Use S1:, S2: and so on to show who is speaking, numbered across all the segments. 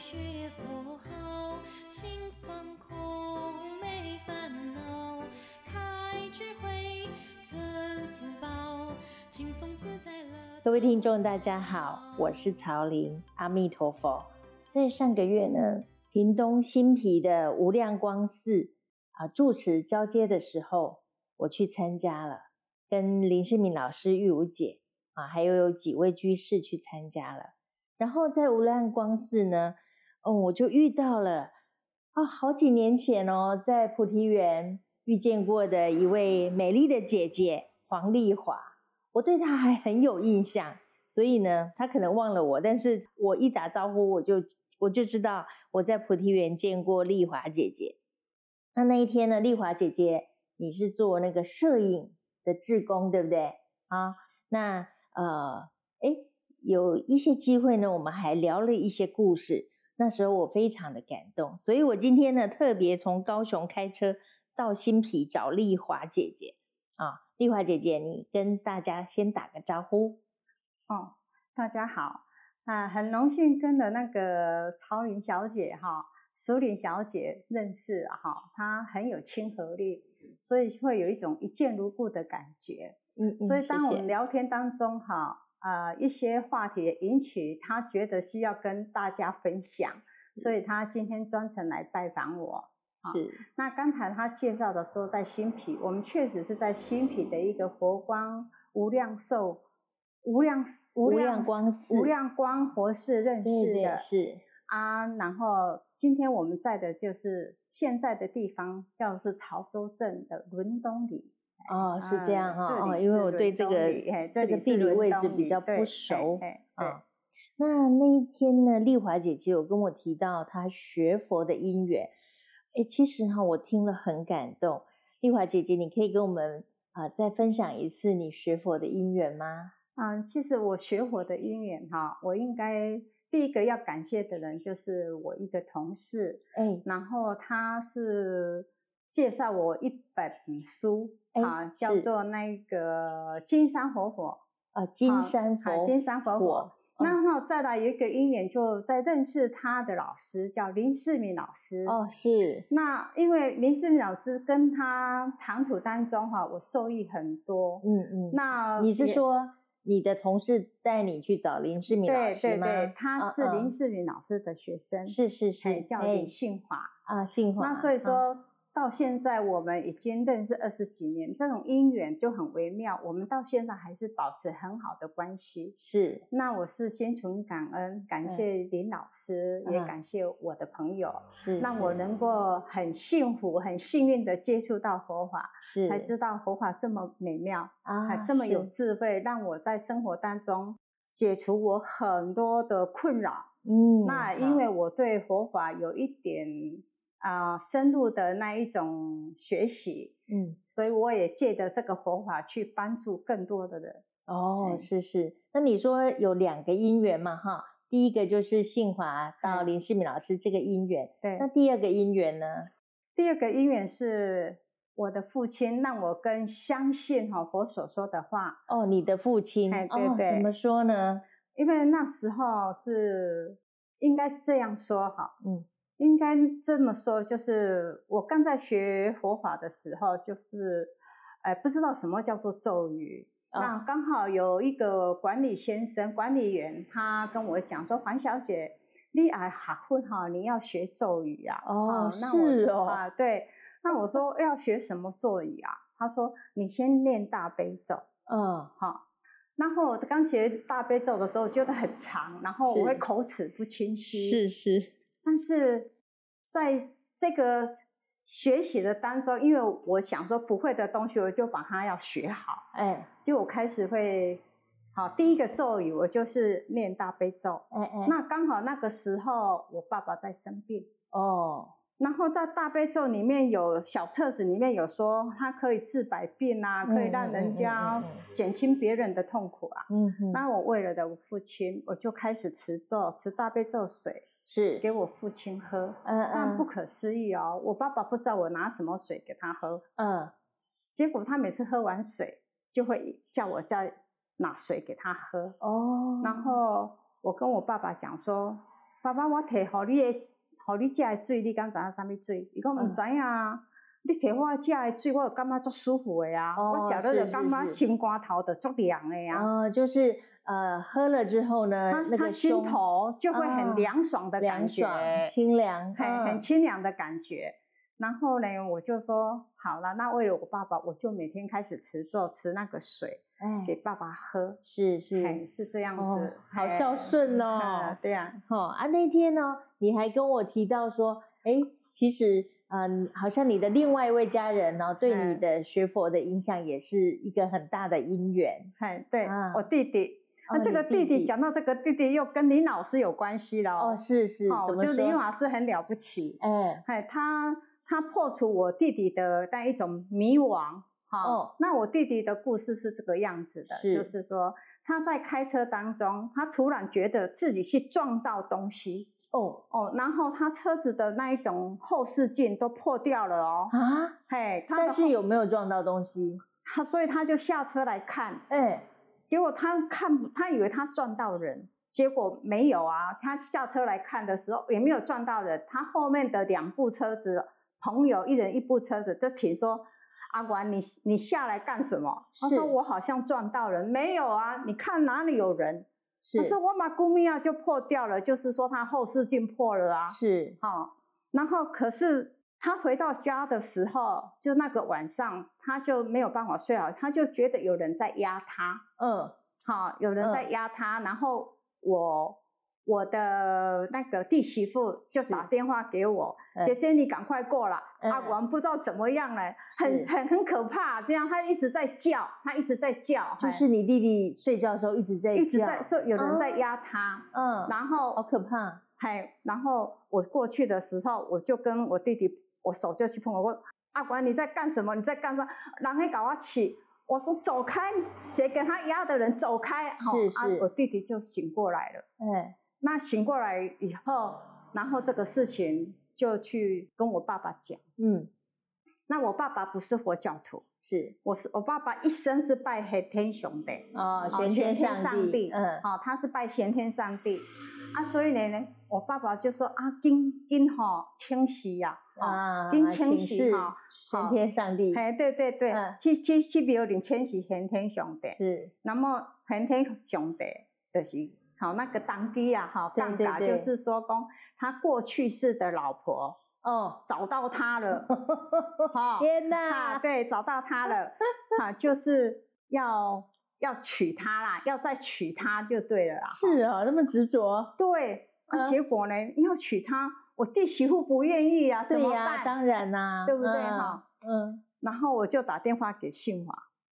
S1: 学佛号，心放空，没烦恼，开智慧，增福报，轻松自在乐。
S2: 各位听众，大家好，我是曹玲，阿弥陀佛。在上个月呢，屏东新皮的无量光寺啊住持交接的时候，我去参加了，跟林世敏老师、玉茹姐啊，还有有几位居士去参加了。然后在无量光寺呢，哦，我就遇到了啊，好几年前哦，在菩提园遇见过的一位美丽的姐姐黄丽华。我对他还很有印象，所以呢，他可能忘了我，但是我一打招呼，我就我就知道我在菩提园见过丽华姐姐。那那一天呢，丽华姐姐，你是做那个摄影的志工，对不对啊？那呃，诶，有一些机会呢，我们还聊了一些故事。那时候我非常的感动，所以我今天呢，特别从高雄开车到新皮找丽华姐姐。啊，丽华姐姐，你跟大家先打个招呼。
S3: 哦，大家好，啊，很荣幸跟了那个曹林小姐哈、苏林小姐认识哈、她很有亲和力，所以会有一种一见如故的感觉。
S2: 嗯
S3: 所以当我
S2: 谢
S3: 们
S2: 谢
S3: 聊天当中哈，啊，一些话题引起她觉得需要跟大家分享，所以她今天专程来拜访我。好
S2: 是
S3: 那刚才他介绍的说，在新皮，我们确实是在新皮的一个佛光无量寿、无量无
S2: 无量光寺
S3: 无量光佛寺认识
S2: 对
S3: 的
S2: 是
S3: 啊。然后今天我们在的就是现在的地方，叫是潮州镇的伦东里。
S2: 哦，是这样哈、哦，
S3: 啊这里是
S2: 因为我对这
S3: 伦
S2: 个
S3: 东里嘿
S2: 这
S3: 这
S2: 个
S3: 里
S2: 地
S3: 是
S2: 理
S3: 伦
S2: 位置
S3: 东
S2: 比
S3: 里
S2: 较不
S3: 对哎
S2: 熟
S3: 嘿嘿
S2: 啊。那那一天呢，丽华姐姐有跟我提到她学佛的因缘，诶，其实哈、我听了很感动。丽华姐姐，你可以跟我们啊、再分享一次你学佛的因缘吗？
S3: 嗯，其实我学佛的因缘哈，我应该第一个要感谢的人就是我一个同事，
S2: 哎，
S3: 然后他是介绍我一本书
S2: 哎
S3: 啊，
S2: 是
S3: 叫做那个《金山活火》
S2: 啊，金
S3: 啊
S2: 山佛，
S3: 啊，金山活火。
S2: 嗯
S3: 然后再来有一个因缘，就在认识他的老师叫林世敏老师。
S2: 哦，是
S3: 那因为林世敏老师跟他谈吐当中哈、我受益很多。
S2: 嗯嗯，
S3: 那
S2: 你是
S3: 也
S2: 说你的同事带你去找林世敏老
S3: 对
S2: 师
S3: 对
S2: 吗？
S3: 对，他是
S2: 嗯
S3: 林
S2: 嗯
S3: 世敏老师的学生，
S2: 是是
S3: 哎
S2: 是，
S3: 叫
S2: 哎
S3: 林信华。
S2: 啊，姓黄。
S3: 那所以
S2: 啊，
S3: 说、到现在，我们已经认识二十几年，这种姻缘就很微妙。我们到现在还是保持很好的关系。
S2: 是
S3: 那我是心存感恩，感谢林老师，
S2: 嗯
S3: 也感谢我的朋友，
S2: 是，
S3: 让
S2: 是
S3: 我能够很幸福、很幸运的接触到佛法，
S2: 是
S3: 才知道佛法这么美妙，还
S2: 啊，
S3: 这么有
S2: 是
S3: 智慧，让我在生活当中解除我很多的困扰。
S2: 嗯，
S3: 那
S2: 好
S3: 因为我对佛法有一点啊、深入的那一种学习，
S2: 嗯
S3: 所以我也借着这个佛法去帮助更多的人。
S2: 哦
S3: 哎
S2: 是是，那你说有两个姻缘嘛哈，第一个就是姓华到
S3: 哎
S2: 林世敏老师这个姻缘，
S3: 对
S2: 那第二个姻缘呢？
S3: 第二个因缘是我的父亲让我更相信哈、佛所说的话，
S2: 哦，你的父亲
S3: 哎
S2: 哦
S3: 对，对
S2: 怎么说呢？
S3: 因为那时候是应该这样说哈，
S2: 嗯，
S3: 应该这么说，就是我刚在学佛法的时候，就是，呃，不知道什么叫做咒语。
S2: 哦
S3: 那刚好有一个管理先生、管理员，他跟我讲说：“黄小姐，你爱学佛哈，你要学咒语啊。
S2: 哦
S3: 啊那我
S2: 是
S3: 说
S2: 哦
S3: 啊，对。那我说要学什么咒语啊？他说：“你先念大悲咒。”
S2: 嗯，
S3: 哈。然后我刚学大悲咒的时候觉得很长，然后我会
S2: 是
S3: 口齿不清晰，
S2: 是是，
S3: 但是在这个学习的当中，因为我想说不会的东西，我就把它要学好。
S2: 哎
S3: 就我开始会，好，第一个咒语我就是念大悲咒。
S2: 哎哎，
S3: 那刚好那个时候我爸爸在生病，
S2: 哦，
S3: 然后在大悲咒里面有小册子里面有说，它可以治百病啊，可以让人家
S2: 嗯嗯嗯嗯
S3: 减轻别人的痛苦啊。
S2: 嗯哼，
S3: 那我为了的我父亲，我就开始持咒，持大悲咒水
S2: 是，
S3: 给我父亲喝。
S2: 嗯
S3: 但
S2: 嗯
S3: 不可思议哦，我爸爸不知道我拿什么水给他喝，
S2: 嗯，
S3: 结果他每次喝完水就会叫我再拿水给他喝，
S2: 哦，
S3: 然后我跟我爸爸讲说，爸爸，我摕互你诶，互你食诶水，你敢知影啥物水？伊讲毋
S2: 嗯
S3: 知影啊。你摕我食诶水，我就感觉足舒服诶啊！
S2: 哦
S3: 我食了
S2: 是
S3: 就是感觉
S2: 是
S3: 心肝头就足凉诶啊！
S2: 哦，就是呃，喝了之后呢，
S3: 他
S2: 那
S3: 他
S2: 个
S3: 心
S2: 胸
S3: 头就会很
S2: 哦
S3: 凉爽的感
S2: 凉
S3: 觉，
S2: 爽、清凉，
S3: 很很
S2: 嗯
S3: 清凉的感觉。然后呢，我就说好了，那为了我爸爸，我就每天开始吃做吃那个水给
S2: 哎，
S3: 爸爸喝，
S2: 是是，
S3: 嘿是这样
S2: 哦
S3: 子，，
S2: 好
S3: 嘿
S2: 孝顺
S3: 啊
S2: 哦。
S3: 对呀，
S2: 哦啊，那天呢，你还跟我提到说，哎，其实嗯、好像你的另外一位家人呢、哦，对你
S3: 嗯
S2: 的学佛的影响也是一个很大的因缘。
S3: 嘿，对
S2: 啊
S3: 我弟弟，那
S2: 哦
S3: 这
S2: 你
S3: 个弟
S2: 弟
S3: 弟讲到这个弟弟，又跟林老师有关系了
S2: 哦，是是，
S3: 哦
S2: 怎
S3: 我
S2: 么
S3: 觉得林
S2: 说？
S3: 老师很了不起，
S2: 哎，
S3: 哎，他他破除我弟弟的那一种迷惘。哈、
S2: 哦
S3: 那我弟弟的故事是这个样子的，
S2: 是
S3: 就是说他在开车当中，他突然觉得自己去撞到东西
S2: 哦
S3: 哦，然后他车子的那一种后视镜都破掉了哦，
S2: 啊，
S3: 嘿，他的
S2: 但是
S3: 后
S2: 有没有撞到东西？
S3: 他，所以他就下车来看，
S2: 哎，
S3: 结果他看他以为他撞到人。结果没有啊，他下车来看的时候也没有撞到人，他后面的两部车子，朋友一人一部车子就停说：“阿管，你你下来干什么？”他
S2: 是
S3: 说：“我好像撞到人，没有啊，你看哪里有人？”
S2: 是
S3: 他说：“我马古米亚就破掉了，就是说他后视镜破了啊。”
S2: 是，
S3: 哦，然后可是他回到家的时候，就那个晚上，他就没有办法睡好，他就觉得有人在压他。
S2: 嗯
S3: 好、有人在
S2: 嗯
S3: 压他，然后我我的那个弟媳妇就是打电话给我，
S2: 嗯
S3: 姐姐你赶快过来，啊，
S2: 嗯
S3: 我们不知道怎么样了，很
S2: 是
S3: 很很可怕，这样他一直在叫，他一直在叫，
S2: 就
S3: 嘿
S2: 是你弟弟睡觉的时候一直在
S3: 一直
S2: 叫
S3: 在说有人在
S2: 哦
S3: 压他，
S2: 嗯，
S3: 然后
S2: 好可怕，
S3: 嗨，然后我过去的时候，我就跟我弟弟，我手就去碰我，我阿管你在干什么？你在干什么？然后搞我起，我说走开，谁给他压的人走开？吼
S2: 是
S3: 啊
S2: 是，
S3: 我弟弟就醒过来了。
S2: 哎，
S3: 那醒过来以后，然后这个事情就去跟我爸爸讲。
S2: 嗯，
S3: 那我爸爸不是佛教徒，
S2: 是
S3: 我是我爸爸一生是拜黑天雄的。
S2: 哦，
S3: 哦
S2: 玄天
S3: 上
S2: 上帝，嗯，
S3: 哦，他是拜玄天上帝啊，所以呢呢，我爸爸就说啊，金金吼清洗呀、啊，
S2: 啊，
S3: 丁
S2: 请
S3: 谦喜
S2: 示
S3: 哈
S2: 玄
S3: 好
S2: 天上帝，
S3: 哎、对对对，
S2: 嗯
S3: 去去去庙里清洗玄天上帝，
S2: 是
S3: 那么玄天上帝就是好那个当地啊，哈，
S2: 对
S3: 当
S2: 对
S3: 打
S2: 对
S3: 就是说公他过去世的老婆
S2: 哦，
S3: 找到 他了，哈、
S2: 天
S3: 啊，
S2: 哪，
S3: 对，找到他 了，啊，就是要要娶她啦，要再娶她就对了啦。哈
S2: 是哦，那么执着，
S3: 对，啊，
S2: 嗯
S3: 结果呢，要娶她，我弟媳妇不愿意啊，怎
S2: 对
S3: 么
S2: 呀，
S3: 办？
S2: 当然啦，
S3: 对不对
S2: 嗯
S3: 哈？
S2: 嗯，
S3: 然后我就打电话给信华，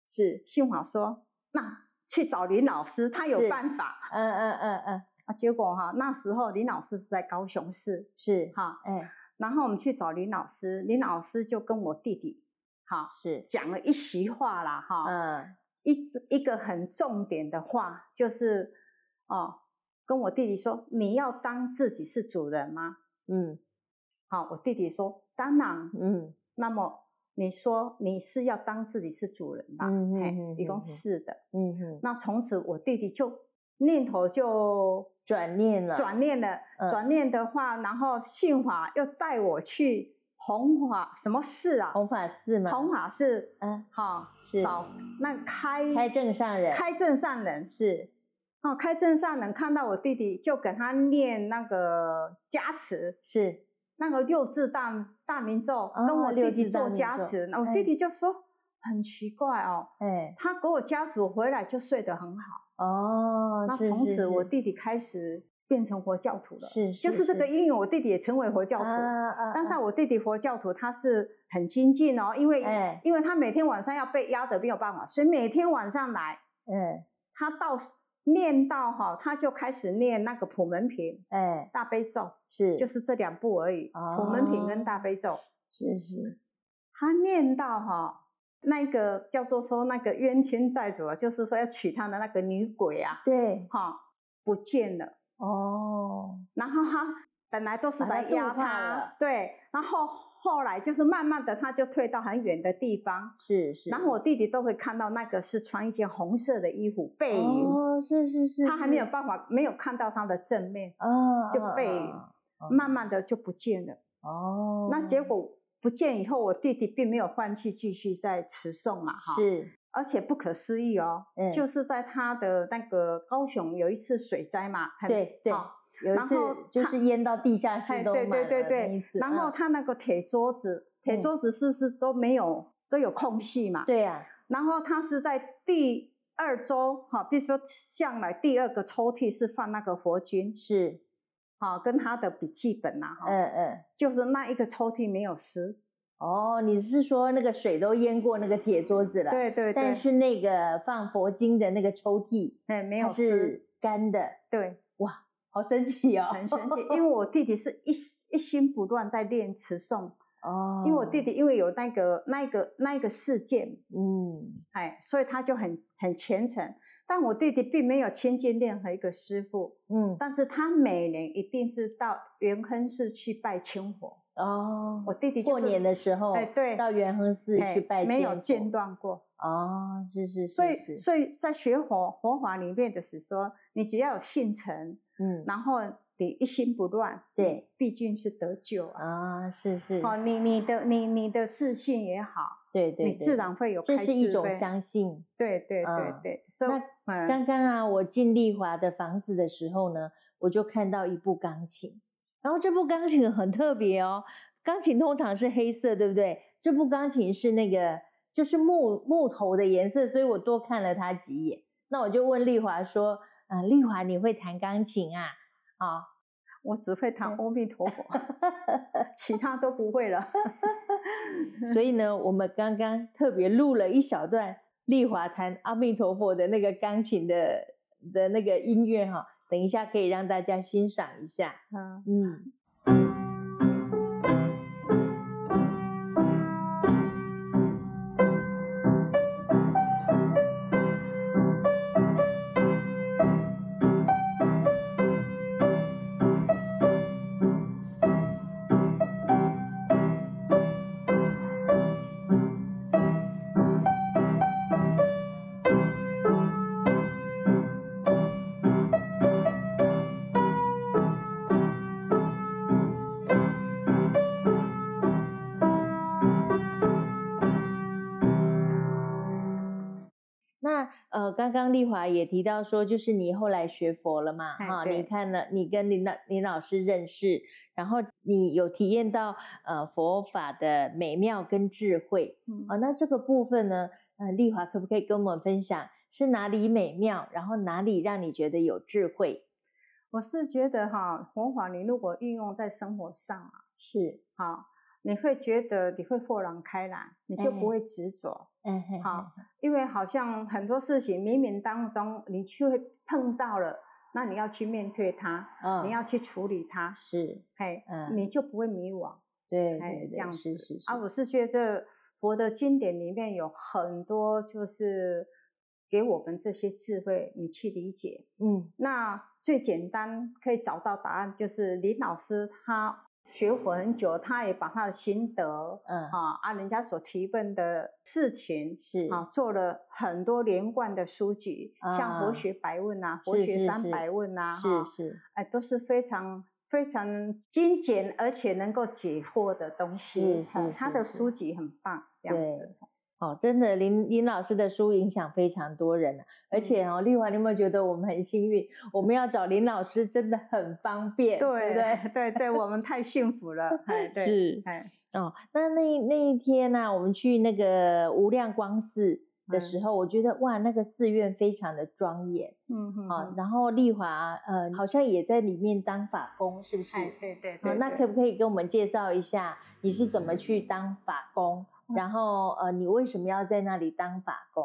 S2: 是，
S3: 信华说，那去找林老师，他有
S2: 是
S3: 办法
S2: 嗯嗯嗯嗯，
S3: 啊。结果哈、那时候林老师是在高雄市
S2: 是，
S3: 哈、
S2: 哎，
S3: 然后我们去找林老师，林老师就跟我弟弟哈、
S2: 是，
S3: 讲了一席话啦哈。
S2: 嗯，
S3: 一直一个很重点的话，就是哦，跟我弟弟说，你要当自己是主人吗？
S2: 嗯
S3: 好、我弟弟说，当然。
S2: 嗯，
S3: 那么你说你是要当自己是主人吧？
S2: 嗯
S3: 嘿
S2: 嗯嗯嗯
S3: 一
S2: 嗯
S3: 共是的。
S2: 嗯哼，
S3: 那从此我弟弟就念头就
S2: 转念了，
S3: 转念了，
S2: 嗯
S3: 转念的话，然后信华又带我去弘法什么寺啊？
S2: 弘法寺嘛，
S3: 弘法寺，
S2: 嗯，
S3: 哈、
S2: 是
S3: 找那开
S2: 开正上人，
S3: 开正上人
S2: 是，
S3: 哦，开正上人看到我弟弟，就给他念那个加持，
S2: 是
S3: 那个六字大大明咒，跟
S2: 哦
S3: 我
S2: 六
S3: 弟弟
S2: 字大
S3: 做
S2: 明
S3: 加
S2: 咒
S3: 持。那我
S2: 哎
S3: 弟弟就说很奇怪哦，
S2: 哎，
S3: 他给我加持，我回来就睡得很好。
S2: 哦，
S3: 那
S2: 是
S3: 从
S2: 是
S3: 此我
S2: 是
S3: 弟弟开始变成佛教徒了，
S2: 是
S3: 就是这个因缘，我弟弟也成为佛教徒。
S2: 啊啊，
S3: 但是
S2: 啊
S3: 我弟弟佛教徒，他是很精进哦，因为、
S2: 哎
S3: 因为他每天晚上要被压的没有办法，所以每天晚上来，
S2: 嗯
S3: 他到念到哈、他就开始念那个普门品
S2: 哎
S3: 大悲咒，
S2: 是
S3: 就是这两部而已，普门品跟
S2: 哦
S3: 大悲咒。
S2: 是是
S3: 他念到哈、那个叫做说那个冤亲债主啊，就是说要娶她的那个女鬼啊，
S2: 对
S3: 哈、不见了。
S2: 哦
S3: 然后他本来都是
S2: 把他
S3: 来压
S2: 度化
S3: 他
S2: 了
S3: 对，然后后来就是慢慢的，他就退到很远的地方，
S2: 是是。
S3: 然后我弟弟都会看到那个是穿一件红色的衣服背影，
S2: 哦，是是是，
S3: 他还没有
S2: 是
S3: 办法没有看到他的正面，
S2: 啊，
S3: 就
S2: 啊
S3: 背
S2: 啊
S3: 影
S2: 啊
S3: 慢慢的就不见了。
S2: 哦，
S3: 那结果不见以后，我弟弟并没有放弃继续在持诵嘛，哈，
S2: 是
S3: 而且不可思议哦，
S2: 嗯
S3: 就是在他的那个高雄有一次水灾嘛，很
S2: 对对
S3: 哈
S2: 有一
S3: 然
S2: 次
S3: 后
S2: 就
S3: 他
S2: 是淹到地下室
S3: 哎，
S2: 都
S3: 对
S2: 满
S3: 对
S2: 了
S3: 对
S2: 那一
S3: 对
S2: 次，
S3: 然后
S2: 嗯
S3: 他那个铁桌子，铁
S2: 嗯
S3: 桌子是不是都没有都有空隙嘛？。
S2: 对呀，
S3: 然后他是在第二周哈，比如说向来第二个抽屉是放那个佛经
S2: 是，
S3: 哈，跟他的笔记本呐、哈，
S2: 嗯嗯，
S3: 就是那一个抽屉没有湿。
S2: 哦，你是说那个水都淹过那个铁桌子了？，
S3: 对对对，
S2: 但是那个放佛经的那个抽屉
S3: 哎没
S2: 它
S3: 有湿，
S2: 是干的，
S3: 对，
S2: 好神奇哦，
S3: 很神 奇。因为我弟弟是一一心不乱在练词诵，
S2: 哦，
S3: 因为我弟弟因为有那个那个那个事件，
S2: 嗯
S3: 哎，所以他就很很虔诚。但我弟弟并没有亲近任何一个师傅，
S2: 嗯
S3: 但是他每年一定是到元亨寺去拜清佛。
S2: 哦，
S3: 我弟弟、就
S2: 过
S3: 是、
S2: 年的时候
S3: 哎对
S2: 到元亨寺
S3: 哎
S2: 去拜
S3: 没
S2: 千
S3: 有
S2: 佛
S3: 间断过。
S2: 哦，是是是，
S3: 所以
S2: 是
S3: 所以在学佛佛法里面的是说，你只要有信诚，
S2: 嗯
S3: 然后你一心不乱，
S2: 对，
S3: 毕竟是得救啊。
S2: 啊是是，
S3: 好、你你的你你的自信也好，
S2: 对对，
S3: 你
S2: 对
S3: 自然会有
S2: 这
S3: 开
S2: 是一
S3: 智
S2: 种
S3: 慧
S2: 相信，
S3: 对对对
S2: 嗯
S3: 对，所以
S2: 那
S3: 嗯
S2: 刚刚啊，我进丽华的房子的时候呢，我就看到一部钢琴，然后这部钢琴 很特别哦。钢琴通常是黑色，对不对？这部钢琴是那个就是木木头的颜色，所以我多看了它几眼。那我就问丽华说：“啊、丽华，你会弹钢琴啊？”啊，
S3: 我只会
S2: 嗯
S3: 弹阿弥陀 佛，其他都不会了。
S2: 所以呢，我们刚刚特别录了一小段丽华弹阿弥陀佛的那个钢琴的的那个音乐哈、等一下可以让大家欣赏一下。
S3: 嗯，
S2: 嗯。那呃，刚刚丽华也提到说，就是你后来学佛了嘛，
S3: 哎
S2: 哈、你
S3: 对
S2: 看了，你跟林老林老师认识，然后你有体验到呃佛法的美妙跟智慧
S3: 嗯
S2: 哦。那这个部分呢，呃，丽华可不可以跟我们分享是哪里美妙，然后哪里让你觉得有智慧？
S3: 我是觉得哈，佛法你如果运用在生活上啊，
S2: 是，
S3: 好，你会觉得你会豁然开朗，你就
S2: 哎
S3: 不会执着。
S2: 嗯，嘿嘿
S3: 好，因为好像很多事情冥冥当中你去会碰到了，那你要去面对它，
S2: 嗯，
S3: 你要去处理它，
S2: 是，
S3: 嘿，
S2: 嗯
S3: 你就不会迷惘。
S2: 对
S3: 哎
S2: 对
S3: 这
S2: 对，
S3: 样
S2: 是
S3: 子
S2: 是是，
S3: 啊，我是觉得佛的经典里面有很多就是给我们这些智慧，你去理解。
S2: 嗯
S3: 那最简单可以找到答案，就是林老师他学佛很久，他也把他的心得
S2: 嗯，
S3: 啊啊，人家所提问的事情。
S2: 是，
S3: 啊，做了很多连贯的书籍，像《
S2: 啊
S3: 佛学百问》啊，《佛
S2: 是
S3: 学
S2: 是
S3: 三
S2: 是
S3: 百问》啊，
S2: 是
S3: 哈，
S2: 是
S3: 哎，都是非常非常精简而且能够解惑的东西。
S2: 是
S3: 呃
S2: 是
S3: 他
S2: 是
S3: 的
S2: 是
S3: 书籍很棒，这样
S2: 对
S3: 子。
S2: 哦，真的，林林老师的书影响非常多人啊、而且
S3: 嗯
S2: 哦，丽华，你有没有觉得我们很幸运？我们要找林老师真的很方便，不对？
S3: 对对，我们太幸福了。 哎，对，
S2: 是
S3: 哎，
S2: 哦，那那那一天呢、我们去那个无量光寺的时候，我觉得哇，那个寺院非常的庄严
S3: 嗯嗯，
S2: 哦。
S3: 嗯
S2: 然后丽华呃，好像也在里面当法工，是不是？
S3: 哎，对对
S2: 哦
S3: 对，，
S2: 那
S3: 对嗯
S2: 可不可以跟我们介绍一下你是怎么去当法工？然后呃，你为什么要在那里当法工？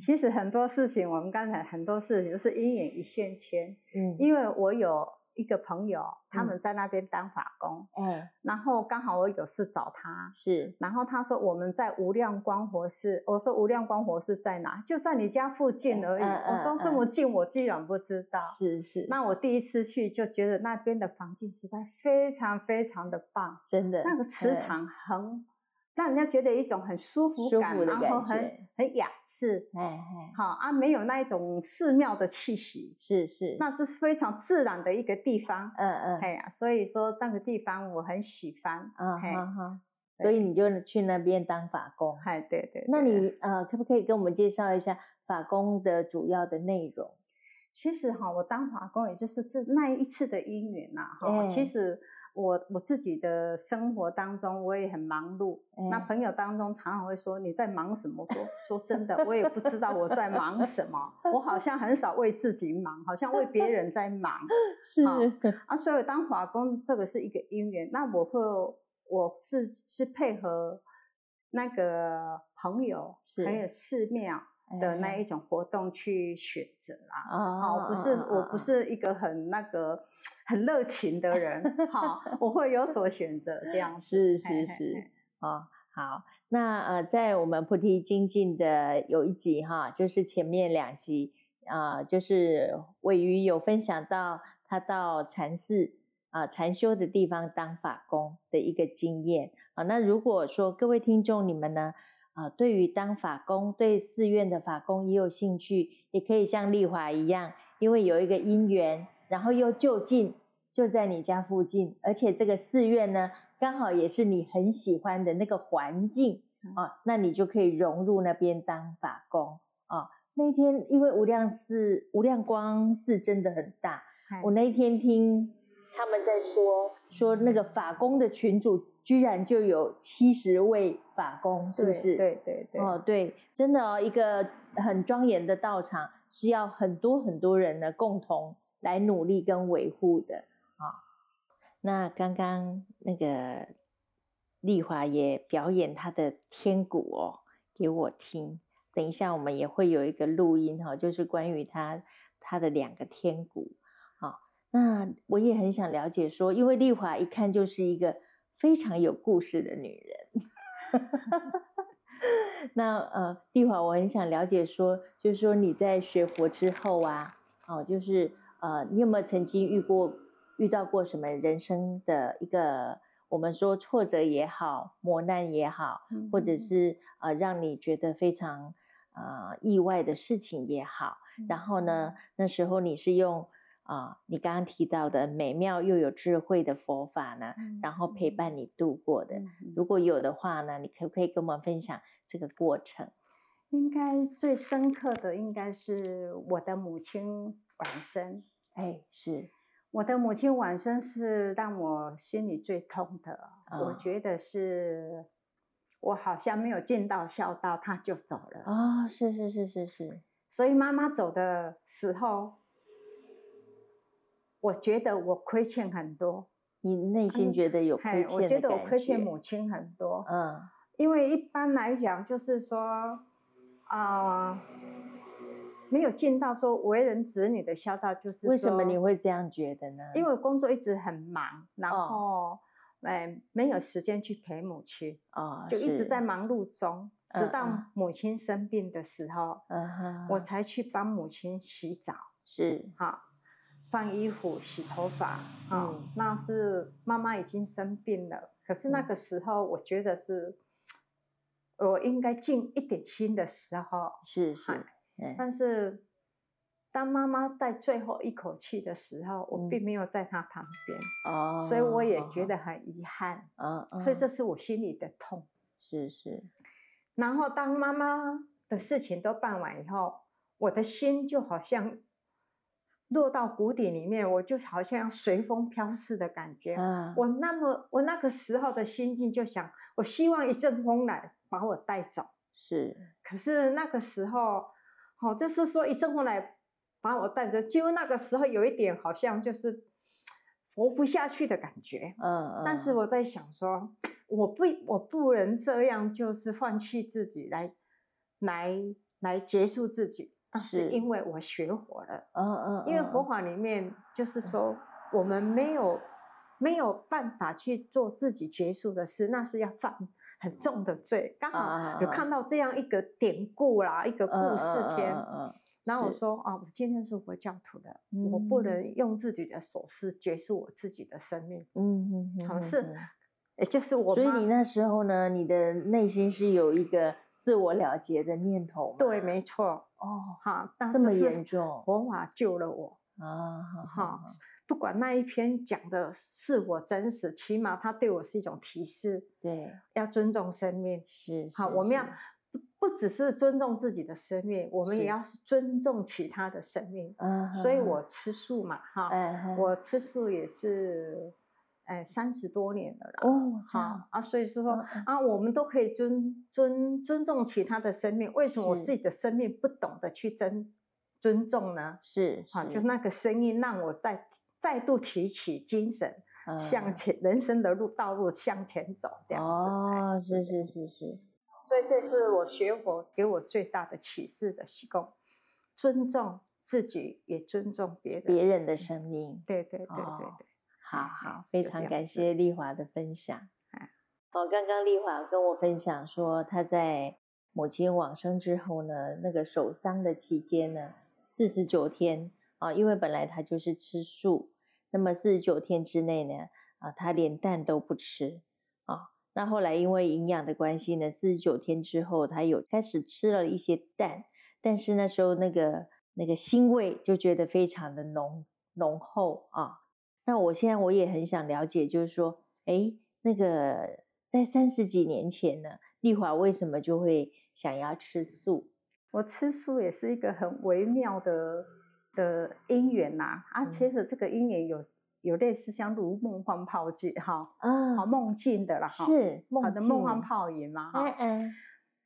S3: 其实很多事情，我们刚才很多事情都是一眼一线牵，
S2: 嗯，
S3: 因为我有一个朋友，他们在那边当法工，
S2: 哎，
S3: 然后刚好我有事找他，
S2: 是
S3: 然后他说我们在无量光佛寺，我说无量光佛寺在哪？就在你家附近而已。
S2: 嗯嗯
S3: 我说这么近，我居然不知道。
S2: 是是，
S3: 那我第一次去就觉得那边的环境实在非常非常的棒，
S2: 真的
S3: 那个磁
S2: 嗯
S3: 场很让人家觉得一种很舒服
S2: 舒
S3: 感，
S2: 服的
S3: 然
S2: 感
S3: 后很
S2: 觉
S3: 很雅致，
S2: 哎哎，
S3: 好啊，没有那一种寺庙的气息，
S2: 是是，
S3: 那是非常自然的一个地方。
S2: 嗯嗯
S3: 哎呀，所以说那个地方我很喜欢。
S2: 嗯
S3: 嘿
S2: 哈哈，
S3: 对
S2: 所以你就去那边当法工。
S3: 哎，对对对啊
S2: 那你呃，可不可以跟我们介绍一下法工的主要的内容？
S3: 其实哈，我当法工也就是这那一次的因缘呐、哈、其
S2: 嗯
S3: 实我我自己的生活当中，我也很忙碌。那
S2: 哎
S3: 朋友当中常常会说你在忙什么？说说真的，我也不知道我在忙什么。我好像很少为自己忙，好像为别人在忙
S2: 是
S3: 好啊。所以当法工这个是一个因缘。那我会我是是配合那个朋友还
S2: 是
S3: 有寺庙的那
S2: 哎
S3: 一种活动去选择啦。
S2: 哦
S3: 哦，不是，我不
S2: 哦
S3: 是一个很那个很热情的人，好，我会有所选择这样
S2: 哦
S3: 子。
S2: 是是
S3: 嘿嘿
S2: 是
S3: 嘿
S2: 哦，好。那呃，在我们菩提精进的有一集哈，就是前面两集啊、呃就是尾鱼有分享到他到禅寺啊、禅修的地方当法工的一个经验啊、那如果说各位听众你们呢啊、对于当法工对寺院的法工也有兴趣，也可以像丽华一样，因为有一个因缘，然后又就近就在你家附近，而且这个寺院呢，刚好也是你很喜欢的那个环境
S3: 嗯
S2: 啊、那你就可以融入那边当法工啊、那一天因为无量寺、无量光寺真的很大，
S3: 嗨
S2: 我那一天听他们在说说那个法工的群主居然就有七十位法工，是不
S3: 对
S2: 是？
S3: 对对对，
S2: 哦，对，真的哦，一个很庄严的道场是要很多很多人呢共同来努力跟维护的啊、那刚刚那个丽华也表演她的天鼓哦给我听，等一下我们也会有一个录音哈、哦，就是关于她她的两个天鼓。好，那我也很想了解说，因为丽华一看就是一个非常有故事的女人。那呃，丽华，我很想了解说，就是说你在学佛之后啊，哦，就是呃，你有没有曾经遇过遇到过什么人生的一个我们说挫折也好，磨难也好，或者
S3: 嗯
S2: 是呃让你觉得非常呃意外的事情也好，
S3: 嗯
S2: 然后呢，，那时候你是用啊、你刚刚提到的美妙又有智慧的佛法呢，
S3: 嗯
S2: 然后陪伴
S3: 你
S2: 你度过
S3: 嗯
S2: 的。如果有的话呢，你可不可以跟我们分享这个过程？
S3: 应该最深刻的应该是我的母亲晚生，
S2: 哎，是，
S3: 我的母亲晚生是让我心里最痛的，我
S2: 啊
S3: 觉得是。我好像没有尽到孝道，她就走了。
S2: 哦，是是是是是，
S3: 所以妈妈走的时候，我觉得我亏欠很多，
S2: 你内心
S3: 嗯
S2: 觉得有
S3: 嘿
S2: 亏，欠
S3: 我
S2: 的
S3: 觉得我
S2: 感
S3: 亏欠
S2: 觉
S3: 母，亲很多，
S2: 嗯，
S3: 因为一般来讲就是说，啊、没有尽到说为人子女的孝道，就是
S2: 为什么
S3: 说
S2: 你会这样觉得呢？
S3: 因为工作一直很忙，然
S2: 哦
S3: 后，哎、没有时间去陪母亲，
S2: 哦，
S3: 就一直
S2: 是
S3: 在，忙碌中，直
S2: 嗯
S3: 到
S2: 嗯
S3: 母亲生病的时候，
S2: 嗯哼，
S3: 我才去帮母亲洗澡。
S2: 是
S3: 哈，换衣服、洗头发啊、
S2: 嗯
S3: 那是妈妈已经生病了，可是那
S2: 嗯
S3: 个时候我觉得是，我应该尽一点心的时候，
S2: 是是，哎
S3: 但是当妈妈在最后一口气的时候，我
S2: 嗯
S3: 并没有在她旁边，
S2: 哦，
S3: 所以我也觉
S2: 好，
S3: 得很遗憾，
S2: 嗯嗯，
S3: 所以这是我心里的痛。
S2: 是是，
S3: 然后当妈妈的事情都办完以后，我的心就好像落到谷底里面，我就好像要随风飘逝的感觉。
S2: 啊，
S3: 我那么我那个时候的心境就想，我希望一阵风来把我带走。
S2: 是
S3: 可是那个时候，哦，就是说一阵风来把我带走，就那个时候有一点好像就是活不下去的感觉。
S2: 嗯嗯，
S3: 但是我在想说，我不我不能这样，就是放弃自己来来来结束自己，那
S2: 是
S3: 是因为我学佛了，
S2: 嗯嗯，
S3: 因为
S2: 嗯
S3: 佛法里面就是说我们没有没有办法去做自己结束的事，那是要犯很重的罪。刚
S2: 啊
S3: 好有看到这样一个典故啦，一个故事片，
S2: 嗯
S3: 然后我
S2: 是
S3: 说啊，我今天是回教徒的，我不
S2: 嗯
S3: 能用自己的手势结束我自己的生命，
S2: 嗯嗯，
S3: 好像
S2: 嗯
S3: 是
S2: 嗯，
S3: 也就是我
S2: 所以
S3: 妈
S2: 你那时候呢，你的内心是有一个自我了结的念头吗？
S3: 对，没错，
S2: 哦，
S3: 哈，但
S2: 这
S3: 是
S2: 么
S3: 是
S2: 严重
S3: 佛法救了我，
S2: 啊，好好
S3: 哈，不管那一篇讲的是我真实，起码它对我是一种提示，
S2: 对，
S3: 要尊重生命。
S2: 是
S3: 好，
S2: 是
S3: 我们要
S2: 是
S3: 不不只是尊重自己的生命，我们也
S2: 是
S3: 要尊重其他的生命。
S2: 嗯，
S3: 所以
S2: 哼
S3: 我吃素嘛，哈，
S2: 哎哼
S3: 我吃素也是，哎，三十多年了啦。
S2: 哦，这样
S3: 好啊，所以是说
S2: 嗯嗯
S3: 啊，我们都可以尊尊尊重其他的生命，为什么我
S2: 是
S3: 自己的生命不懂得去尊尊重呢？
S2: 是
S3: 啊，就是那个声音让我再再度提起精神，向
S2: 嗯
S3: 前人生的路道路向前走这样子。哎
S2: 哦，是是是是，
S3: 所以这是我学佛给我最大的启示的提供，尊重自己，也尊重别人。嗯
S2: 别人的生命，
S3: 对对对对
S2: 哦
S3: 对，
S2: 好
S3: 哎
S2: 好
S3: 哎，
S2: 非
S3: 就这
S2: 常
S3: 样
S2: 感
S3: 子
S2: 谢丽华的分享
S3: 哎。
S2: 哦，刚刚丽华跟我分享说，她在母亲往生之后呢，那个守丧的期间呢，四十九天啊、因为本来她就是吃素，那么四十九天之内呢，啊，她连蛋都不吃啊、那后来因为营养的关系呢，四十九天之后，她有开始吃了一些蛋，但是那时候那个那个腥味就觉得非常的浓浓厚啊。那我现在我也很想了解，就是说，诶，那个在三十几年前呢，丽华为什么就会想要吃素？
S3: 我吃素也是一个很微妙的的因缘呐、啊。
S2: 嗯
S3: 其实这个因缘有有类似像如梦幻泡影哈，
S2: 啊
S3: 好梦境的啦哈，
S2: 是
S3: 好的梦幻
S2: 境
S3: 泡影嘛哈。
S2: 哎哎，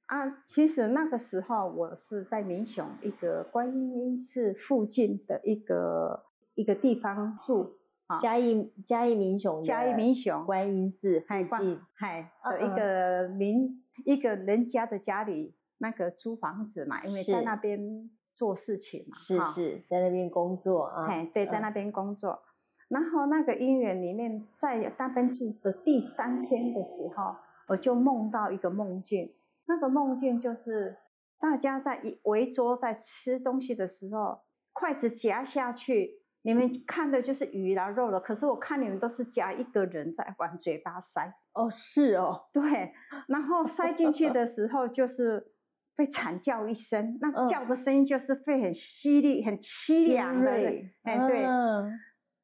S3: 啊，其实那个时候我是在民雄一个观音寺附近的一个一个地方住，好
S2: 嘉义嘉义民雄
S3: 嘉义
S2: 的
S3: 民哎雄
S2: 哦观音寺附
S3: 海
S2: 近
S3: 关，海
S2: 嗯
S3: 的一
S2: 嗯
S3: 个民一个人家的家里那个租房子嘛，因为在
S2: 是
S3: 那边做事情嘛，
S2: 是
S3: 哈，
S2: 是在那边工作啊，
S3: 哎，对，在
S2: 嗯
S3: 那边工作。然后那个姻缘里面，在那边住的第三天的时候，我就梦到一个梦境，那个梦境就是大家在一围桌在吃东西的时候，筷子夹下去，你们看的就是鱼啦肉了，可是我看你们都是夹一个人在往嘴巴塞，
S2: 哦是哦，
S3: 对，然后塞进去的时候就是会惨叫一声，
S2: 嗯
S3: 那叫的声音就是会很犀利、很凄凉的，
S2: 锐
S3: 哎，对，
S2: 嗯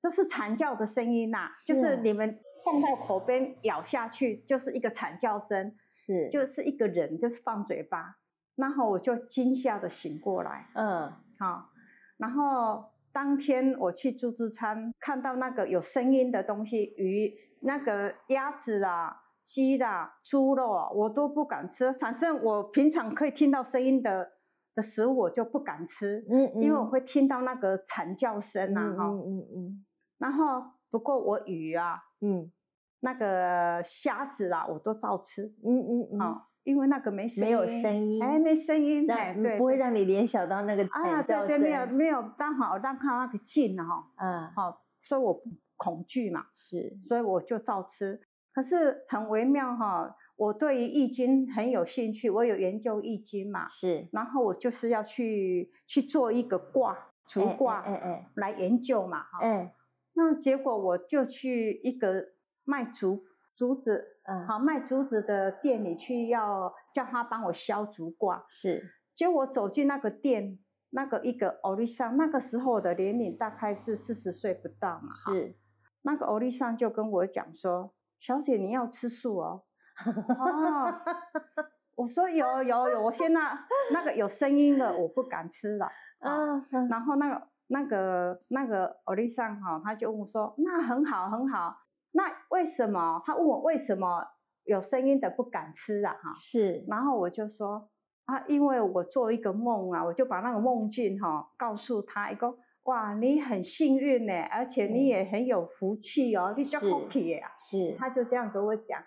S3: 就是惨叫的声音呐、
S2: 是
S3: 就是你们放到口边咬下去，就是一个惨叫声，
S2: 是
S3: 就是一个人就是放嘴巴，然后我就惊吓的醒过来，
S2: 嗯
S3: 哈、然后当天我去自助餐，看到那个有声音的东西，鱼、那个鸭子啊、鸡啦、猪肉啊，我都不敢吃。反正我平常可以听到声音的的食物，我就不敢吃，
S2: 嗯，
S3: 因为我
S2: 嗯
S3: 会听到那个惨叫声呐、
S2: 嗯
S3: 哈、
S2: 嗯嗯
S3: 然后不过我鱼啊，
S2: 嗯
S3: 那个虾子啊，我都照吃，
S2: 嗯嗯
S3: 啊，
S2: 嗯，
S3: 因为那个没声音，
S2: 没有声音
S3: 哎，没声音，哎，
S2: 让嗯
S3: 对，
S2: 不会
S3: 对
S2: 让你联想到那个
S3: 啊，
S2: 惨
S3: 对
S2: 叫
S3: 对，
S2: 声
S3: 没有没有刚好让它那个劲哈、
S2: 啊
S3: 哦，，哦，所以我不恐惧嘛，
S2: 是
S3: 所以我就照吃。可是很微妙哈、我对于易经很有兴趣，我有研究易经嘛，
S2: 是
S3: 然后我就是要去去做一个卦，
S2: 哎
S3: 竹
S2: 哎
S3: 卦、
S2: 哎哎
S3: 来研究嘛，哈、
S2: 哎，
S3: 那结果我就去一个卖竹竹子，
S2: 嗯，
S3: 好卖竹子的店里去要叫他帮我削竹挂。
S2: 是
S3: 结果我走进那个店，那个一个欧丽桑，那个时候我的年龄大概是四十岁不到嘛，哈
S2: 是，
S3: 那个欧丽桑就跟我讲说：“小姐，你要吃素哦。”哦， 我说有有有，我现在那个有声音了，我不敢吃了。啊
S2: 啊，嗯
S3: 然后那个那个那个欧丽桑哈，他就问我说：“那很好很好，那为什么？”他问我为什么有声音的不敢吃啊哈？
S2: 是
S3: 然后我就说啊，因为我做一个梦啊，我就把那个梦境哈、告诉他一个。哇，你很幸运呢，而且
S2: 嗯
S3: 你也很有福气哦，你叫
S2: 是
S3: cookie 啊。
S2: 是，
S3: 他就这样跟我讲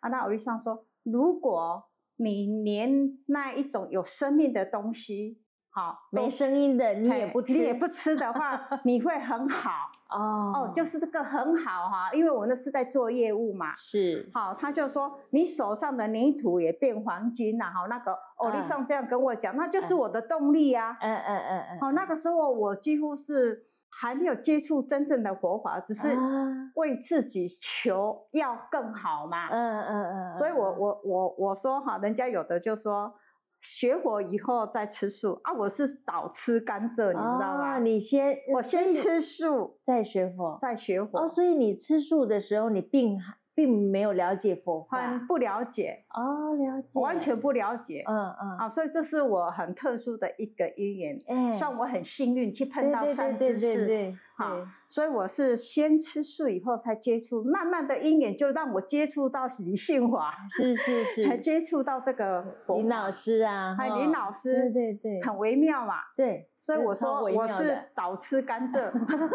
S3: 啊。那欧丽桑说，如果你连那一种有生命的东西好，
S2: 没声音的你也
S3: 嘿
S2: 不吃，
S3: 哎你也不吃的 话，你会很好
S2: 哦
S3: 哦，就是这个很好哈、因为我那是在做业务嘛。
S2: 是
S3: 好，他就说你手上的泥土也变黄金了、哈，那个欧丽
S2: 嗯
S3: 上这样跟我讲，那就是
S2: 嗯
S3: 我的动力啊。
S2: 嗯嗯嗯嗯，
S3: 好，那个时候我几乎是还没有接触真正的佛法，只是
S2: 啊
S3: 为自己求要更好嘛。
S2: 嗯嗯嗯，
S3: 所以我
S2: 嗯
S3: 我我我说哈，人家有的就说学佛以后再吃素啊，我是倒吃甘蔗，你知道吗？
S2: 哦你先
S3: 我
S2: 所以
S3: 先
S2: 你
S3: 吃素
S2: 再学佛，
S3: 再学佛，
S2: 哦，所以你吃素的时候，你并还并没有了解佛
S3: 很
S2: 法
S3: 不了解，
S2: 哦，了解，
S3: 我完全不了解、
S2: 嗯嗯，
S3: 啊，所以这是我很特殊的一个因缘，
S2: 哎
S3: 算我很幸运去碰
S2: 对
S3: 到
S2: 对
S3: 善
S2: 对
S3: 知
S2: 对对
S3: 识。
S2: 对
S3: 好
S2: 对
S3: 所以我是先吃素以后才接触，慢慢的因缘就让我接触到理性法，
S2: 是是
S3: 才
S2: 是，
S3: 接触到这个佛
S2: 林
S3: 法
S2: 老师啊，
S3: 哎
S2: 哈
S3: 林老
S2: 对
S3: 师
S2: 对对，
S3: 很微妙嘛。
S2: 对，
S3: 所以
S2: 这
S3: 我
S2: 超
S3: 说
S2: 微
S3: 我
S2: 妙
S3: 是
S2: 的
S3: 倒吃甘蔗。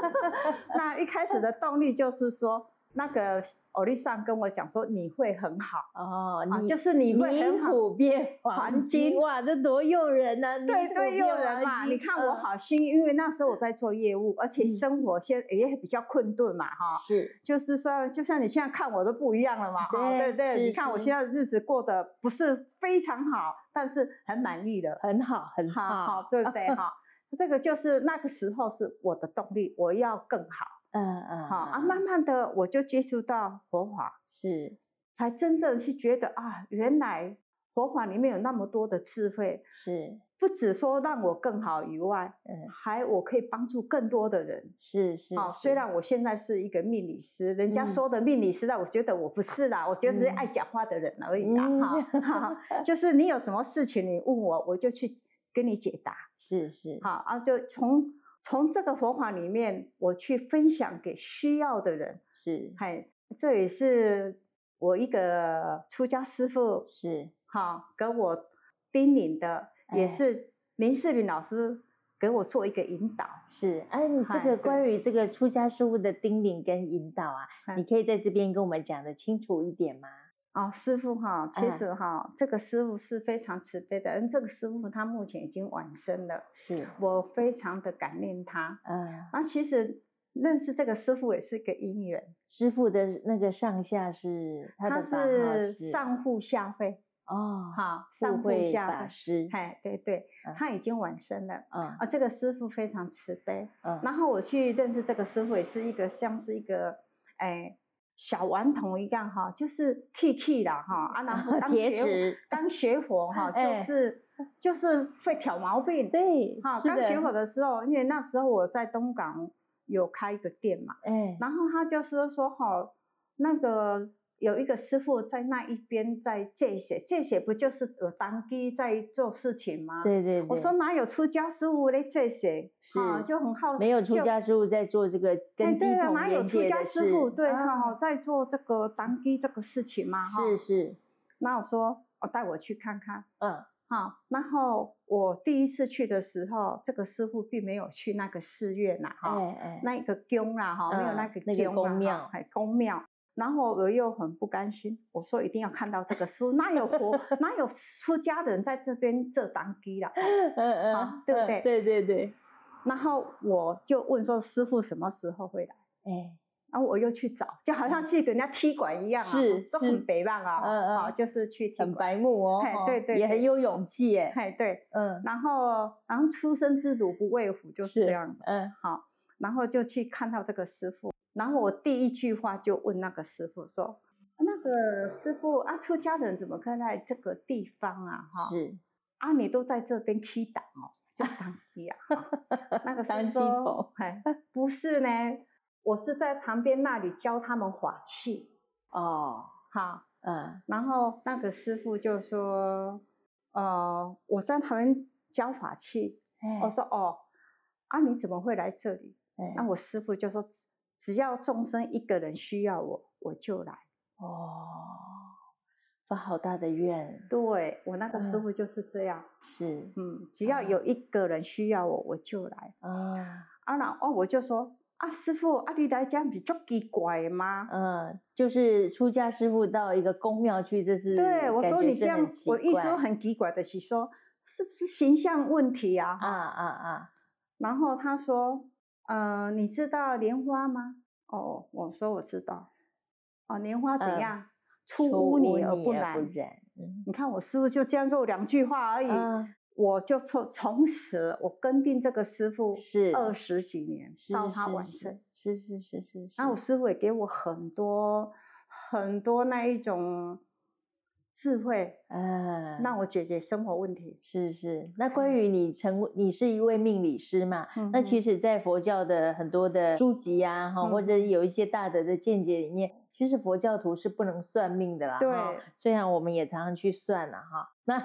S3: 那一开始的动力就是说，那个欧丽桑跟我讲说你会很好，
S2: 哦，
S3: 啊
S2: 你
S3: 就是你会
S2: 泥
S3: 很好。
S2: 土变黄
S3: 黄
S2: 金，
S3: 金
S2: 哇，这多诱人呐！泥
S3: 对
S2: 土
S3: 对，
S2: 变
S3: 诱人嘛！
S2: 黄
S3: 你
S2: 金
S3: 看我
S2: 嗯
S3: 好幸运，因为那时候我在做业务，而且
S2: 嗯
S3: 生活现也比较困顿嘛，哈。
S2: 是
S3: 就是说，就像你现在看我都不一样了嘛，哈，
S2: 对
S3: 对不对？
S2: 是
S3: 你看我
S2: 是
S3: 现在日子过得不是非常好，但是很满意了。
S2: 很好很
S3: 好好，对不 对？哈，这个就是那个时候是我的动力，我要更好。
S2: 嗯嗯，
S3: 好啊，
S2: 嗯
S3: 慢慢的我就接触到佛法，
S2: 是
S3: 才真正去觉得啊，原来佛法里面有那么多的智慧，
S2: 是
S3: 不只说让我更好以外，
S2: 嗯
S3: 还我可以帮助更多的人。
S2: 是是
S3: 啊，
S2: 是
S3: 虽然我现在是一个命理师，人家
S2: 嗯
S3: 说的命理师但我觉得我不是啦，我觉得是
S2: 嗯
S3: 爱讲话的人而已啦。
S2: 嗯
S3: 哈哈，就是你有什么事情你问我，我就去跟你解答。
S2: 是是
S3: 好啊，就从从这个佛法里面，我去分享给需要的人。
S2: 是
S3: 嗨，这也是我一个出家师傅
S2: 是
S3: 哈、跟我叮咛的，
S2: 哎
S3: 也是林世敏老师给我做一个引导。
S2: 是，哎，你这
S3: 嗨
S2: 个
S3: 对
S2: 关于这个出家师傅的叮咛跟引导啊，你
S3: 哎
S2: 可以在这边跟我们讲的清楚一点吗？
S3: 哦，师傅哈、
S2: 哎
S3: 其实哈、这个师傅是非常慈悲的，因为这个师傅他目前已经往生了，
S2: 是，
S3: 我非常的感念他。
S2: 嗯，
S3: 那其实认识这个师傅也是个因缘，
S2: 师傅的那个上下是他
S3: 他
S2: 的法号
S3: 是上护下惠，
S2: 哦，
S3: 哈、
S2: 上
S3: 上护
S2: 慧
S3: 下
S2: 法
S3: 惠，
S2: 师，
S3: 哎，对对
S2: 嗯，
S3: 他已经往生了。
S2: 嗯
S3: 啊，这个师傅非常慈悲。
S2: 嗯，
S3: 然后我去认识这个师傅，也是一个像是一个哎小顽童一样哈，就是 T T 啦哈啊，然后刚
S2: 铁
S3: 学佛
S2: 齿，
S3: 刚学佛哈，
S2: 哎
S3: 就是就是会挑毛病。
S2: 对，
S3: 哈，
S2: 是
S3: 刚学
S2: 的
S3: 佛的时候，因为那时候我在东港有开一个店嘛，
S2: 哎，
S3: 然后他就是说哈，那个有一个师傅在那一边在借血，借血不就是有当机在做事情吗？
S2: 对对对，
S3: 我说哪有出家师傅嘞这些啊，
S2: 是
S3: 就很好，
S2: 没有出
S3: 就
S2: 家师傅在做这个
S3: 哎
S2: 跟
S3: 对
S2: 鸡
S3: 啊，
S2: 同
S3: 哪有
S2: 连
S3: 出
S2: 接
S3: 家
S2: 的
S3: 师傅
S2: 事
S3: 对
S2: 啊
S3: 哈、在做这个当机这个事情嘛哈。
S2: 是是，
S3: 那我说我带我去看看
S2: 嗯，
S3: 哈。然后我第一次去的时候，这个师傅并没有去那个寺院呐哈，
S2: 哎哎，
S3: 那一个宫啦哈，没有那
S2: 嗯
S3: 个
S2: 那个
S3: 宫
S2: 宫
S3: 啦哈
S2: 庙
S3: 哎宫庙。然后我又很不甘心，我说一定要看到这个师傅，哪有 活哪有出家人在这边做当机啦？
S2: 嗯嗯
S3: 好，对不
S2: 嗯
S3: 对
S2: 对对对，
S3: 然后我就问说师傅什么时候会来，
S2: 哎，
S3: 然后我又去找，就好像去给人家踢馆一样啊，
S2: 是
S3: 都
S2: 是
S3: 很北浪啊，
S2: 嗯嗯
S3: 啊，就是去踢
S2: 很
S3: 馆，
S2: 白目哦
S3: 嘿，
S2: 哦
S3: 对对
S2: 也
S3: 对
S2: 很有勇气哎，
S3: 哎对，
S2: 嗯，
S3: 然后然后出生之犊不畏虎就是这样的，
S2: 嗯，
S3: 好，然后就去看到这个师傅，然后我第一句话就问那个师傅说，啊那个师傅啊，出家人怎么看待这个地方啊？哈，
S2: 是
S3: 啊，你都在这边踢档哦，就当机啊， 哈那个师
S2: 当
S3: 傅
S2: 鸡
S3: 说
S2: 头，
S3: 哎，不是呢，我是在旁边那里教他们法器。
S2: 哦，
S3: 好，
S2: 嗯，
S3: 然后那个师傅就说，呃，我在旁边教法器。
S2: 哎
S3: 我说哦，啊，你怎么会来这里？
S2: 哎
S3: 那我师傅就说，只要众生一个人需要我，我就来。
S2: 哦，发好大的愿，
S3: 对我那个师
S2: 嗯哦
S3: 傅就是这样，
S2: 是
S3: 嗯，只要有一个人需要我，我就来。
S2: 啊，
S3: 啊，然后我就说，啊，师傅，啊，你来这样比较奇怪的吗？
S2: 嗯，就是出家师傅到一个宫庙去，这是
S3: 对，我
S2: 感
S3: 说
S2: 觉
S3: 你
S2: 是
S3: 这
S2: 很
S3: 样
S2: 奇，
S3: 我意思
S2: 怪
S3: 很奇怪的是说，是不是形象问题啊？
S2: 啊啊啊！
S3: 然后他说，呃，你知道莲花吗？哦，我说我知道。哦，莲花怎
S2: 嗯
S3: 样？出
S2: 出
S3: 污泥而
S2: 泥
S3: 不染。
S2: 染，嗯
S3: 你看我师傅就这样给我两句话而已，
S2: 啊，
S3: 我就从从此我跟定这个师傅
S2: 是
S3: 二十几年，
S2: 是
S3: 到他
S2: 是
S3: 完
S2: 是
S3: 成。
S2: 是是是是是。
S3: 那我师傅也给我很多很多那一种智慧，
S2: 嗯，
S3: 让我嗯解决生活问题。
S2: 是是，那关于你成为你是一位命理师嘛？那其
S3: 实
S2: 实，在佛教的很多的书籍啊，哈，或者
S3: 嗯
S2: 有一些大德的见解里面，其实佛教徒是不能算命的啦。
S3: 对
S2: 哈虽然我们也常常去算了、哈。那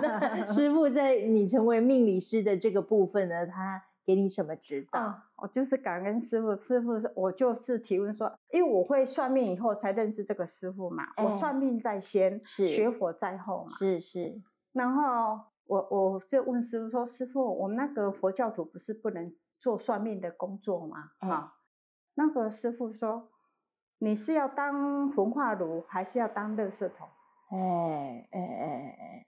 S2: 那师傅在你成为命理师的这个部分呢，他给你什么指导？
S3: 啊，我就是感恩师傅，师傅是我就是提问说，因为我会算命以后才认识这个师傅嘛，我
S2: 哎
S3: 算命在先，
S2: 是
S3: 学佛在后嘛。
S2: 是是，
S3: 然后我我就问师傅说：“师傅，我们那个佛教徒不是不能做算命的工作吗？”
S2: 哎
S3: 啊，那个师傅说：“你是要当焚化炉，还是要当垃圾桶
S2: 哎哎哎哎，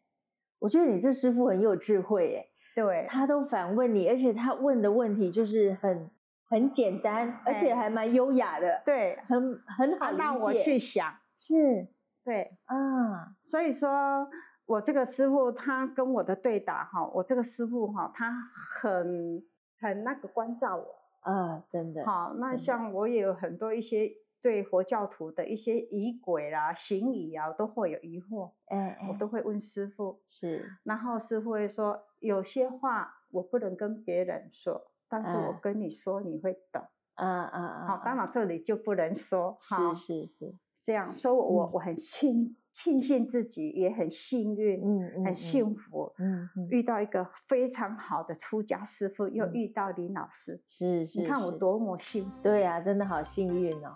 S2: 我觉得你这师傅很有智慧耶。？”
S3: 对，
S2: 他都反问你，而且他问的问题就是很很简单，而且
S3: 哎
S2: 还蛮优雅的，
S3: 对，
S2: 很很好
S3: 啊，
S2: 理解。
S3: 让我去想，
S2: 是
S3: 对，
S2: 啊，
S3: 所以说。我这个师傅，他跟我的对答哈，我这个师傅哈，他很很那个关照我，
S2: 啊，真的，
S3: 好，那
S2: 真的
S3: 像我也有很多一些对佛教徒的一些仪轨啦、行仪啊，我都会有疑惑，
S2: 哎，
S3: 我
S2: 哎
S3: 都会问师傅，
S2: 是
S3: 然后师傅会说有些话我不能跟别人说，但是我
S2: 嗯
S3: 跟你说你会懂。
S2: 啊啊啊，
S3: 好，当然这里就不能说，
S2: 啊
S3: 好，
S2: 是是是，
S3: 这样，所以我我
S2: 嗯
S3: 我很庆庆幸自己也很幸运，
S2: 嗯嗯，
S3: 很
S2: 嗯，
S3: 幸福。
S2: 嗯嗯，
S3: 遇到一个非常好的出家师傅，又
S2: 嗯
S3: 遇到林老师，
S2: 是是，
S3: 你看我
S2: 是，
S3: 多么幸福。
S2: 对啊，真的好幸运哦。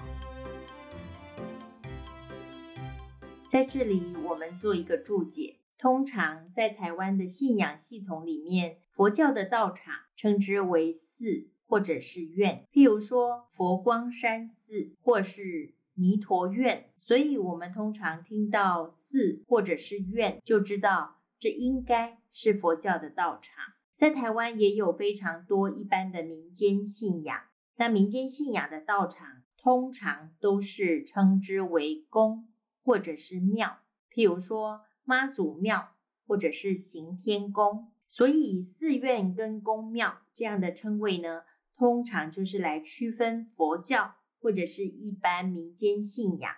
S2: 在这里，我们做一个注解。通常在台湾的信仰系统里面，佛教的道场称之为寺或者是院，譬如说佛光山寺或是弥陀院。所以，我们通常听到寺或者是院，就知道这应该是佛教的道场。在台湾也有非常多一般的民间信仰。那民间信仰的道场通常都是称之为宫或者是庙，譬如说妈祖庙或者是行天宫。所以寺院跟宫庙这样的称谓呢，通常就是来区分佛教或者是一般民间信仰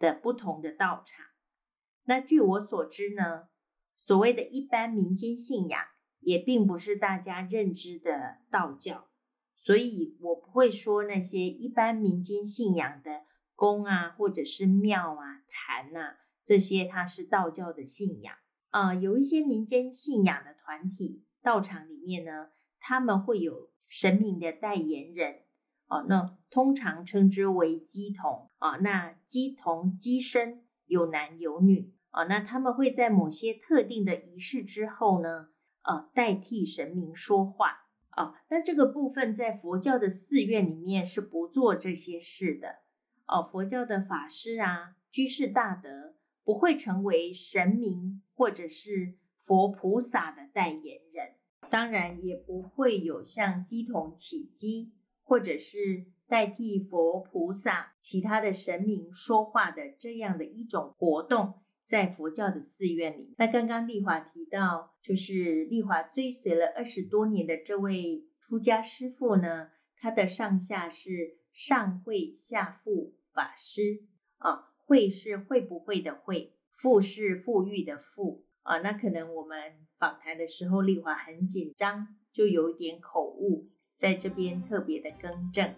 S2: 的不同的道场。那据我所知呢，所谓的一般民间信仰，也并不是大家认知的道教。所以我不会说那些一般民间信仰的宫啊，或者是庙啊、坛呐、这些它是道教的信仰。啊，有一些民间信仰的团体道场里面呢，他们会有神明的代言人哦，那通常称之为鸡童啊。那鸡童鸡身有男有女啊，那他们会在某些特定的仪式之后呢，呃，代替神明说话。哦，那这个部分在佛教的寺院里面是不做这些事的。哦，佛教的法师啊、居士大德不会成为神明或者是佛菩萨的代言人，当然也不会有像鸡童起鸡或者是代替佛菩萨、其他的神明说话的这样的一种活动。在佛教的寺院里。那刚刚丽华提到，就是丽华追随了二十多年的这位出家师父呢，他的上下是上慧下富法师啊，慧是会不会的慧，富是富裕的富啊。那可能我们访谈的时候，丽华很紧张，就有一点口误，在这边特别的更正。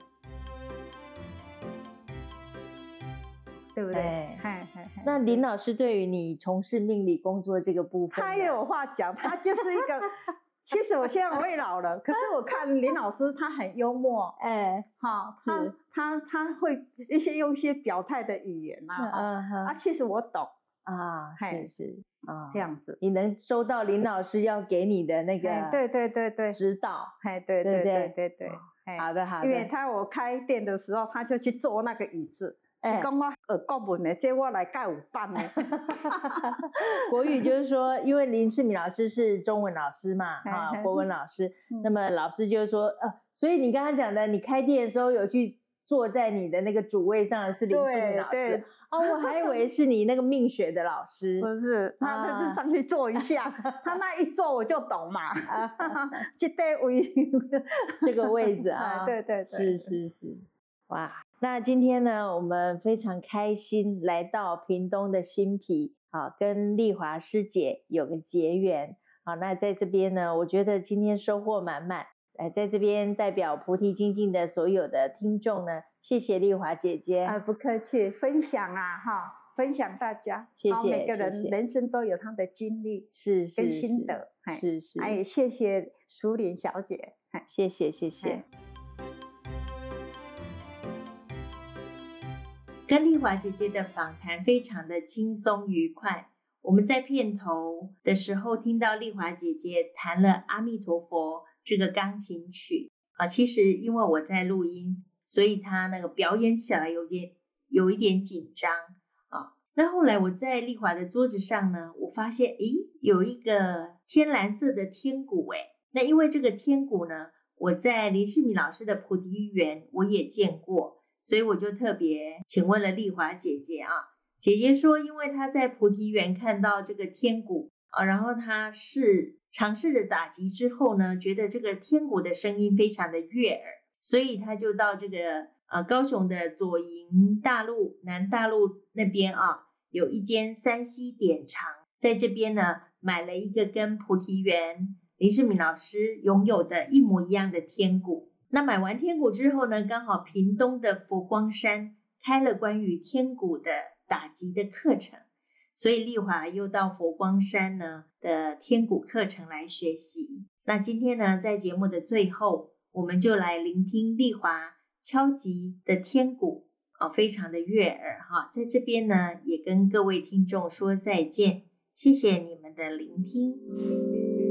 S3: 对不
S2: 对
S3: 对？嗨嗨嗨
S2: 那林老师对于你从事命理工作这个部分，
S3: 他也有话讲，他就是一个。其实我现在我也老了，可是我看林老师他很幽默，
S2: 哎，
S3: 哈， 他
S2: 是
S3: 他他会一些用一些表态的语言啊，啊，其实我懂
S2: 嗯啊，是
S3: 嘿
S2: 是啊，
S3: 这样子，
S2: 你能收到林老师要给你的那个、
S3: 哎，对对对对，
S2: 指导。
S3: 哎，对
S2: 对
S3: 对
S2: 不
S3: 对
S2: 对
S3: 对对，哎
S2: 好的好的，
S3: 因为他我开店的时候，他就去做那个椅子，
S4: 哎
S3: 伊讲我学国文的，这我来盖有办的。
S4: 国语就是说，因为林世敏老师是中文老 师嘛，
S3: 嘿
S4: 啊，
S3: 嘿
S4: 国文老师，
S3: 哎嗯
S4: 那么老师就是说，呃，所以你刚刚讲的，你开店的时候有去坐在你的那个主位上的是林世敏
S3: 对
S4: 老
S3: 对
S4: 师，，哦，我还以为是你那个命学的老 师，
S3: 不是，他他
S4: 啊
S3: 就上去坐一 下，他那一坐我就懂嘛， 这对位，
S4: 这个 位置啊，
S3: 哎对对对，
S4: 是是是，哇！那今天呢，我们非常开心来到屏东的新皮，啊，跟丽华师姐有个结缘。好，那在这边呢，我觉得今天收获满满。呃，在这边代表菩提精进的所有的听众呢，谢谢丽华姐姐。
S3: 哎，不客气，分享啊哈，分享大家，
S4: 谢
S3: 好每个
S4: 谢谢
S3: 人
S4: 谢
S3: 人生都有他的经历
S4: 是是
S3: 跟
S4: 是
S3: 心得，哎，
S4: 是是，
S3: 哎，谢谢淑玲小姐，哎，
S4: 谢谢谢谢
S3: 哎。
S4: 跟丽华姐姐的访谈非常的轻松愉快。我们在片头的时候听到丽华姐姐弹了《阿弥陀佛》这个钢琴曲啊，其实因为我在录音，所以她那个表演起来有点有一点紧张啊。那后来我在丽华的桌子上呢，我发现诶有一个天蓝色的天鼓诶，那因为这个天鼓呢，我在林世敏老师的菩提园我也见过，所以我就特别请问了丽华姐姐啊，姐姐说，因为她在菩提园看到这个天鼓啊，然后她是尝试着打击之后呢，觉得这个天鼓的声音非常的悦耳，所以她就到这个呃高雄的左营大路南大路那边啊，有一间山西典藏，在这边呢买了一个跟菩提园林世敏老师拥有的一模一样的天鼓。那买完天鼓之后呢，刚好屏东的佛光山开了关于天鼓的打击的课程，所以丽华又到佛光山呢的天鼓课程来学习。那今天呢，在节目的最后，我们就来聆听丽华敲击的天鼓。哦，非常的悦耳哈，在这边呢也跟各位听众说再见，谢谢你们的聆听。